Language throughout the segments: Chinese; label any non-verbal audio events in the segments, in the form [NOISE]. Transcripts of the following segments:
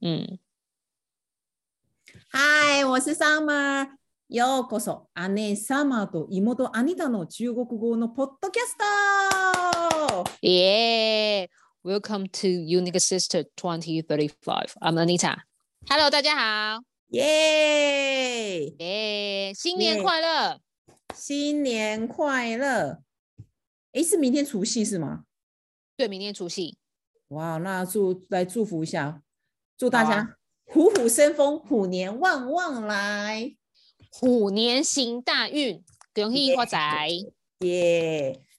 嗯，嗨，我是 Summer。ようこそ、姉様と妹アニタの中国語のポッドキャスト耶、yeah!！Welcome to Unique Sister Twenty Thirty Five. I'm Anita. Hello，大家好。イエーイ耶、新年快乐！新年快乐！诶，是明天除夕是吗？对，明天除夕。哇，那祝来祝福一下，祝大好啊家虎虎生风，虎年旺旺来！虎年行大运，恭喜发财！耶！诶，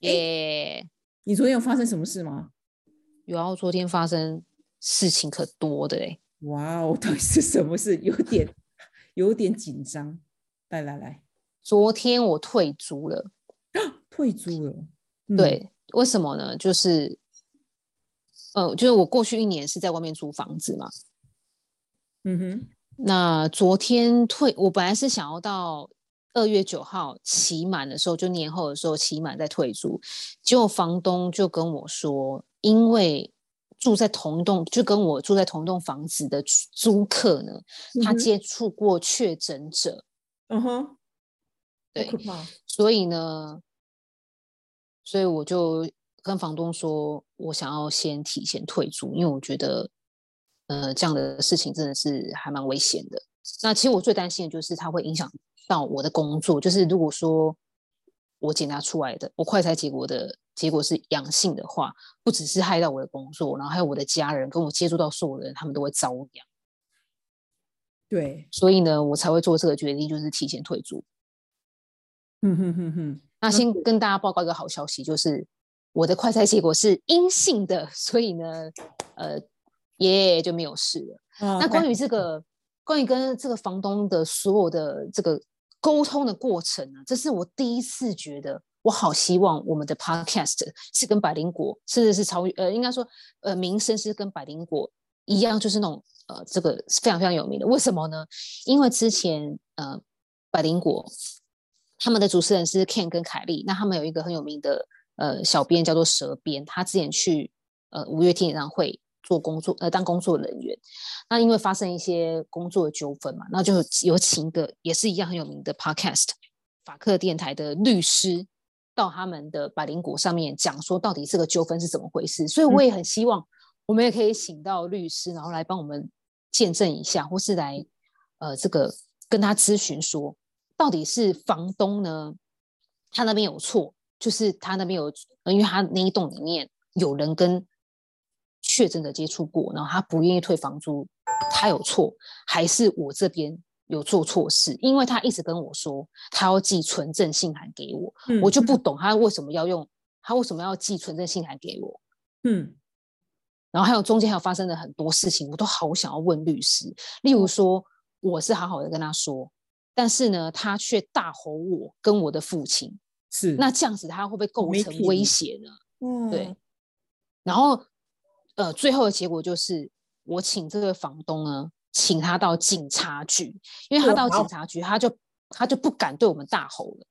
耶、你昨天有发生什么事吗？然后昨天发生事情可多的嘞，哇哦，到底是什么事？有点有点紧张。来来来，昨天我退租了，退租了。嗯，对，为什么呢？就是，呃，就是我过去一年是在外面租房子嘛，嗯哼，那昨天退，我本来是想要到二月九号期满的时候，就年后的时候期满再退租，结果房东就跟我说，因为住在同栋，就跟我住在同栋房子的租租客呢，他嗯哼接触过确诊者，嗯哼，好对可怕。所以呢，所以我就跟房东说，我想要先提前退租，因为我觉得，呃，这样的事情真的是还蛮危险的。那其实我最担心的就是它会影响到我的工作，就是如果说我检查出来的，我快筛结果的结果是阳性的话，不只是害到我的工作，然后还有我的家人跟我接触到所有的人，他们都会遭殃。对，所以呢，我才会做这个决定，就是提前退租。嗯哼哼哼，那那先是跟大家报告一个好消息，就是我的快筛结果是阴性的，所以呢，呃，耶、就没有事了。啊那关于于这个，关于跟这个房东的所有的这个沟通的过程呢，这是我第一次觉得，我好希望我们的 podcast 是跟百灵果，甚至是超越，呃，应该说，呃，名声是跟百灵果一样，就是那种呃，这个是非常非常有名的。为什么呢？因为之前呃，百灵果他们的主持人是 Ken 跟凯莉，那他们有一个很有名的呃小编叫做蛇编，他之前去呃五月天演唱会做工作，呃当工作人员。那因为发生一些工作的纠纷嘛，那就有请一个也是一样很有名的 podcast 法克电台的律师到他们的百灵果上面讲说，到底这个纠纷是怎么回事。所以我也很希望我们也可以请到律师，然后来帮我们见证一下，或是来呃这个跟他咨询说，到底是房东呢他那边有错，就是他那边有，呃因为他那一栋里面有人跟确诊者接触过，然后他不愿意退房租，他有错，还是我这边有做错事？因为他一直跟我说他要寄存证信函给我，嗯我就不懂他为什么要用，他为什么要寄存证信函给我？嗯然后还有中间还有发生了很多事情，我都好想要问律师。例如说，我是好好的跟他说，但是呢，他却大吼我跟我的父亲，是哦那这样子他会不会构没成品啊威胁呢？对，然后呃，最后的结果就是我请这个房东呢，请他到警察局，因为他到哇哦警察局，他就他就不敢对我们大吼了，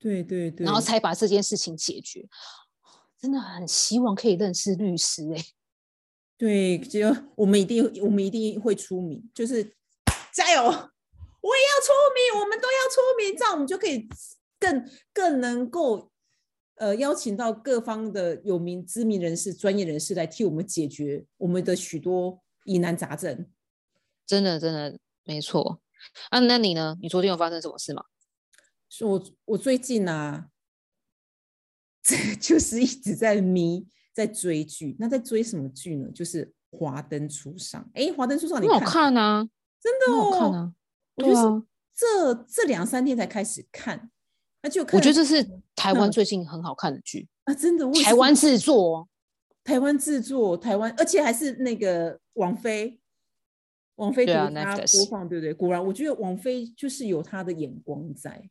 对对对，然后才把这件事情解决。 [SNIFFS] 真的很希望可以认识律师哎、对，就我们一定我们一定会出名，就是加油，我也要出名，我们都要出名，这样我们就可以更更能够呃邀请到各方的有名知名人士、专业人士来替我们解决我们的许多疑难杂症。 [LAUGHS] 真的真的没错。啊，那你呢？你昨天有发生什么事吗？所以我我最近啊，这 [LAUGHS] 就是一直在迷在追剧，那在追什么剧呢？就是《华灯初上》。哎，《华灯初上》你很好看看啊，真的很哦，好看啊。我对就是啊，这这两三天才开始看，那就看我了觉得这是台湾嗯最近很好看的剧，啊，真的我也台是湾制作哦。台湾制作，台湾而且还是那个王菲，王菲独对啊家播 Netflix 放，对不对？果然，我觉得王菲就是有她的眼光在。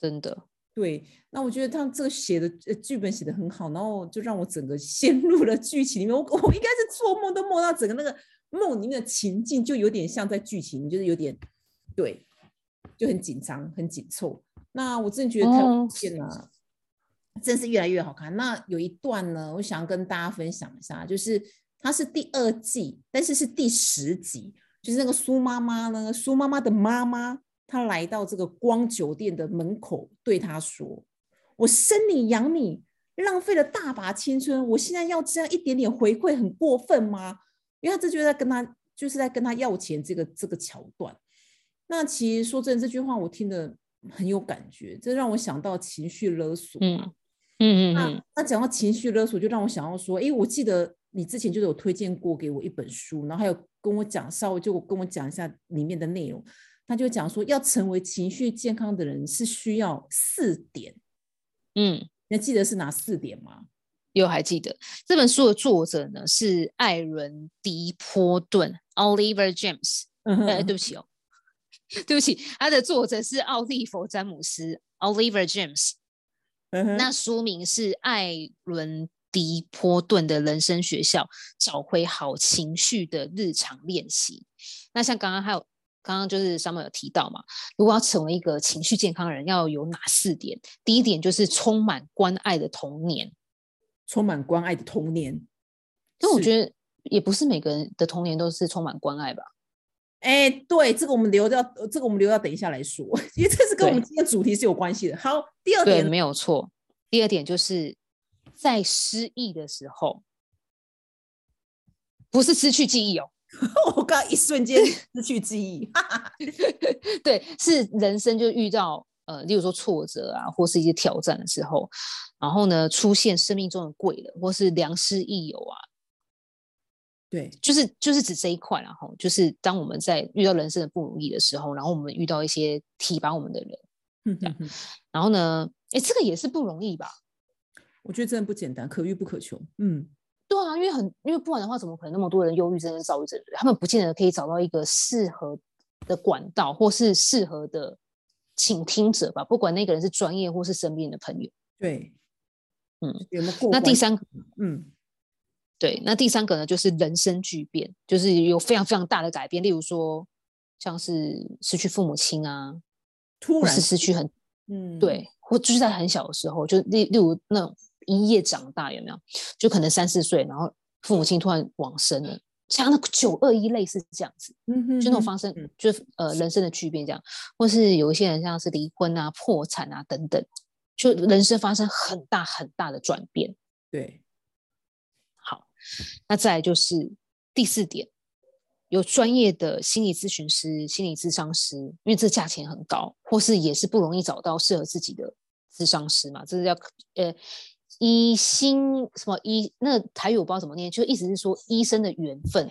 真的，对，那我觉得他这个写的呃剧本写的很好，然后就让我整个陷入了剧情里面。我我应该是做梦都梦到整个那个梦里面的情境，就有点像在剧情，就是有点对，就很紧张，很紧凑。那我真的觉得台湾哦片啊，真是越来越好看。那有一段呢，我想跟大家分享一下，就是它是第二季，但是是第十集，就是那个苏妈妈呢，苏妈妈的妈妈，她来到这个光酒店的门口，对她说：“我生你养你，浪费了大把青春，我现在要这样一点点回馈，很过分吗？”因为他这就在跟他就是在跟他要钱这个这个桥段。那其实说真的，这句话我听的很有感觉，这让我想到情绪勒索。嗯嗯嗯那嗯，那讲到情绪勒索，就让我想要说，诶，我记得你之前就是有推荐过给我一本书，然后还有跟我讲稍微就跟我讲一下里面的内容。他就讲说，要成为情绪健康的人是需要四点，嗯，你还记得是哪四点吗？又还记得这本书的作者呢是艾伦·迪波顿 （Oliver James）。嗯哼，呃，对不起哦， [LAUGHS] 对不起，它的作者是奥利弗·詹姆斯 （Oliver James），嗯哼那书名是艾伦·迪波顿的人生学校：找回好情绪的日常练习。那像刚刚还有刚刚就是上面有提到嘛，如果要成为一个情绪健康的人，要有哪四点？第一点就是充满关爱的童年，充满关爱的童年。但我是觉得也不是每个人的童年都是充满关爱吧。哎，对，这个我们留到呃这个我们留到等一下来说， [LAUGHS] 因为这是跟我们对今天主题是有关系的。好，第二对，点呢， [LAUGHS] 没有错。第二点就是在失忆的时候，不是失去记忆哦， [LAUGHS] 我刚一瞬间失去记忆， [LAUGHS] 哈哈对，是人生就遇到呃，例如说挫折啊，或是一些挑战的时候，然后呢，出现生命中的贵人，或是良师益友啊，对，就是就是指这一块啦，然后就是当我们在遇到人生的不如意的时候，然后我们遇到一些提拔我们的人，哼哼哼然后呢，哎，这个也是不容易吧？我觉得真的不简单，可遇不可求。嗯，对啊，因为很，因为不然的话，怎么可能那么多人忧郁症跟躁郁症？他们不见得可以找到一个适合的管道，或是适合的倾听者吧。不管那个人是专业或是身边的朋友。对，嗯，有没有过那第关，三个，嗯，对，那第三个呢，就是人生巨变，就是有非常非常大的改变，例如说像是失去父母亲啊，突或然是失去很嗯，对，或就是在很小的时候，就例例如那种一夜长大，有没有？就可能三四岁，然后父母亲突然往生了，像那个九二一类似这样子。嗯哼，就那种方式嗯，就是呃人生的巨变这样，或是有一些人像是离婚啊、破产啊等等，就人生发生嗯很大很大的转变。对，好，那再来就是第四点，有专业的心理咨询师、心理咨商师，因为这价钱很高，或是也是不容易找到适合自己的咨商师嘛，这是要呃。一心什么一那个台语我不知道怎么念，就意思是说医生的缘分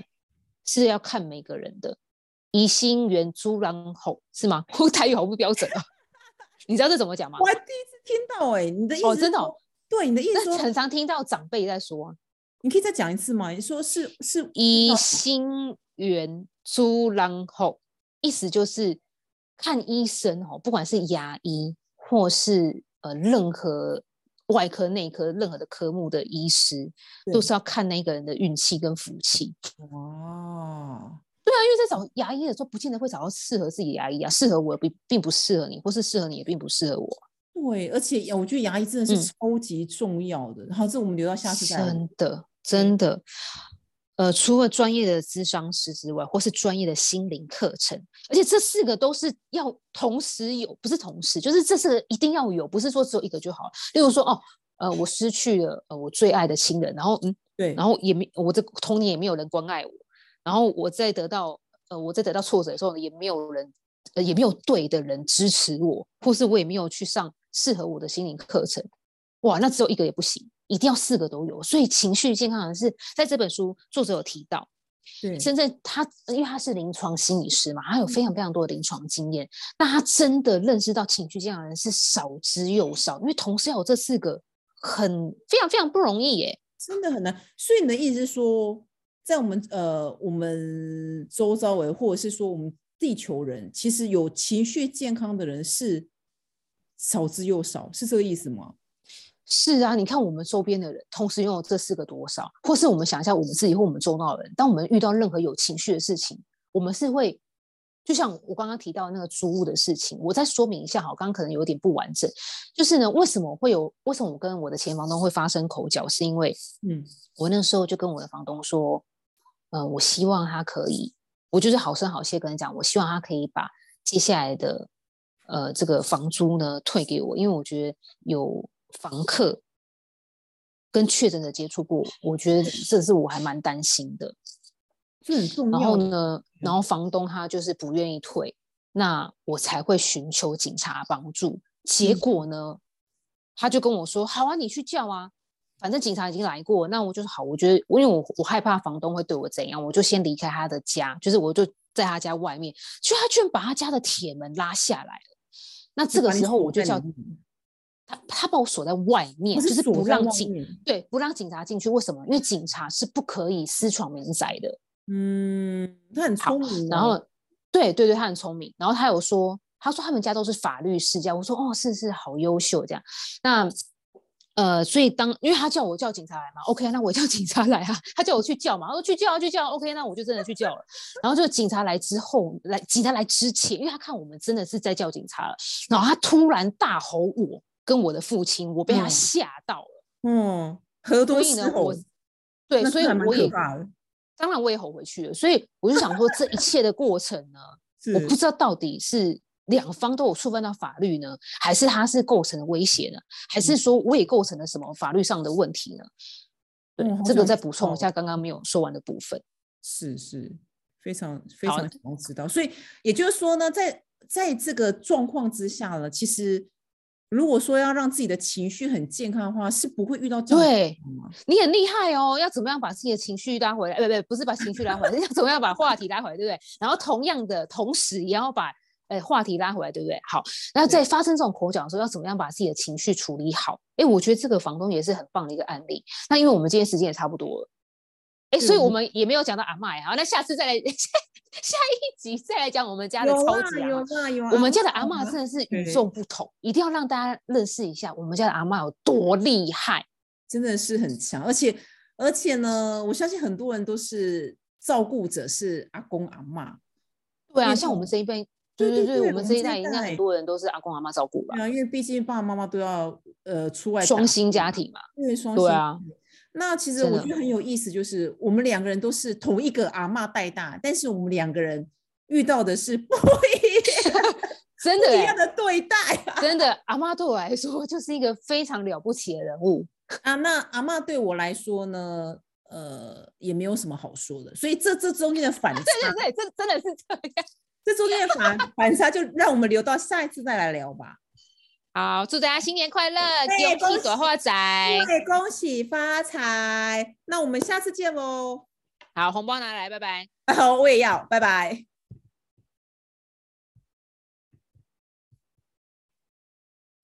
是要看每个人的。一心缘猪狼吼是吗？ [LAUGHS] 我台语好不标准啊！ [LAUGHS] 你知道这怎么讲吗我？还第一次听到哎，你的意思哦是真的哦说，对，你的意思那说很，常听到长辈在说、啊，你可以再讲一次吗？你说是是一到心缘猪狼吼，意思就是看医生哦，不管是牙医或是呃任何外科、内科任何的科目的医师，对都是要看那个人的运气跟福气。哇，对啊，因为在找牙医的时候，不见得会找到适合自己的牙医啊，适合我并并不适合你，或是适合你也并不适合我。对，而且我觉得牙医真的嗯是超级重要的。好，这我们留到下次再来真的，真的。呃，除了专业的咨商师之外，或是专业的心灵课程，而且这四个都是要同时有，不是同时，就是这四个一定要有，不是说只有一个就好了。例如说，哦，呃，我失去了呃我最爱的亲人，然后嗯，对，然后也没我的童年也没有人关爱我，然后我在得到呃我在得到挫折的时候呢，也没有人呃也没有对的人支持我，或是我也没有去上适合我的心灵课程，哇，那只有一个也不行，一定要四个都有。所以情绪健康的是在这本书作者有提到，对，现在他因为他是临床心理师嘛，他有非常非常多的临床经验，那他真的认识到情绪健康的人是少之又少，因为同时要有这四个很非常非常不容易耶、真的很难。所以你的意思是说，在我们呃我们周遭为，或者是说我们地球人，其实有情绪健康的人是少之又少，是这个意思吗？是啊，你看我们周边的人，同时拥有这四个多少，或是我们想一下我们自己或我们周遭的人，当我们遇到任何有情绪的事情，我们是会就像我刚刚提到那个租屋的事情，我再说明一下哈，刚刚可能有点不完整。就是呢，为什么会有？为什么我跟我的前房东会发生口角？是因为嗯我那时候就跟我的房东说，呃，我希望他可以，我就是好声好气地跟他讲，我希望他可以把接下来的呃这个房租呢退给我，因为我觉得有房客跟确诊者接触过，我觉得这是我还蛮担心的。这很重然要后的。呢，然后房东他就是不愿意退，那我才会寻求警察帮助。结嗯果呢，他就跟我说：“好啊，你去叫啊，反正警察已经来过。”那我就是好，我觉得我因为我我害怕房东会对我怎样，我就先离开他的家，就是我就在他家外面，就他居然把他家的铁门拉下来了。那这就个把你时候锁我就在叫里面他，他把我锁在外面，不就是是不锁在让外警面对不让警察进去。为什么？因为警察是不可以私闯民宅的。嗯，他很好聪明哦，然后对对对，他很聪明。然后他有说，他说他们家都是法律世家。我说哦，是是，好优秀这样。那呃，所以当因为他叫我叫警察来嘛，OK，那我叫警察来啊。他叫我去叫嘛，我说去叫啊去叫啊，OK，那我就真的去叫了。然后就警察来之后，来警察来之前，因为他看我们真的是在叫警察了，然后他突然大吼我跟我的父亲，我被他嗯吓到了。嗯，河所多以狮呢，吼我，对，那所以真的还蛮我可也怕的当然我也吼回去了。所以我就想说，这一切的过程呢。是我不知道到底是两方都有触犯到法律呢，还是他是构成了威胁呢，还嗯是说我也构成了什么法律上的问题呢？对，哦好这个想再知补充一道下刚刚没有说完的部分。是是，非常非好常想要知道。所以也就是说呢，在在这个状况之下呢，其实如果说要让自己的情绪很健康的话，是不会遇到这样的对情况吗你很厉害哦，要怎么样把自己的情绪拉回来？呃，不不，不是把情绪拉回来，要怎么样把话题拉回来，对不对？然后同样的，同时也要把呃话题拉回来，对不对？好，那在发生这种口角的时候，要怎么样把自己的情绪处理好？诶，我觉得这个房东也是很棒的一个案例。那因为我们今天时间也差不多了，诶，对所以我我们们也没有讲到阿嬷呀。好，那下次再来下一集再来讲我们家的有超啊级阿嬷有啊有啊，我们家的嬷阿嬷有啊真的是与对众不同，一定要让大家认识一下我们家的阿嬷有多厉害。真的是很强，而且而且呢，我相信很多人都是照顾者是阿公阿嬷，对啊，面像我貌们这一辈，对对对对，对我我们们这这一一代应该很代多人都是阿公阿妈照顾吧对，啊，因为毕竟爸爸妈妈都要呃出外双打薪拼家嘛，庭嘛。因为双对薪啊，那其实真我的觉得很有意思，就是我们两个人都是同一个阿嬷带大，但是我们两个人遇到的是不一真的样欸，的对待啊。 [LAUGHS] 真的，阿妈对我来说就是一个非常了不起的人物。 [LAUGHS] 啊那阿嬷对我来说呢，呃，也没有什么好说的，所以这这中间的反 [LAUGHS] 差，对对对，这真的是这样。 [LAUGHS] 这中间的反反差，就让我们留到下一次再来聊吧。好，祝大家新年快乐，对恭恭喜朵花仔，对，恭喜发财，那我们下次见喽。 [LAUGHS] 好，红包拿来，拜拜。我也要，拜拜。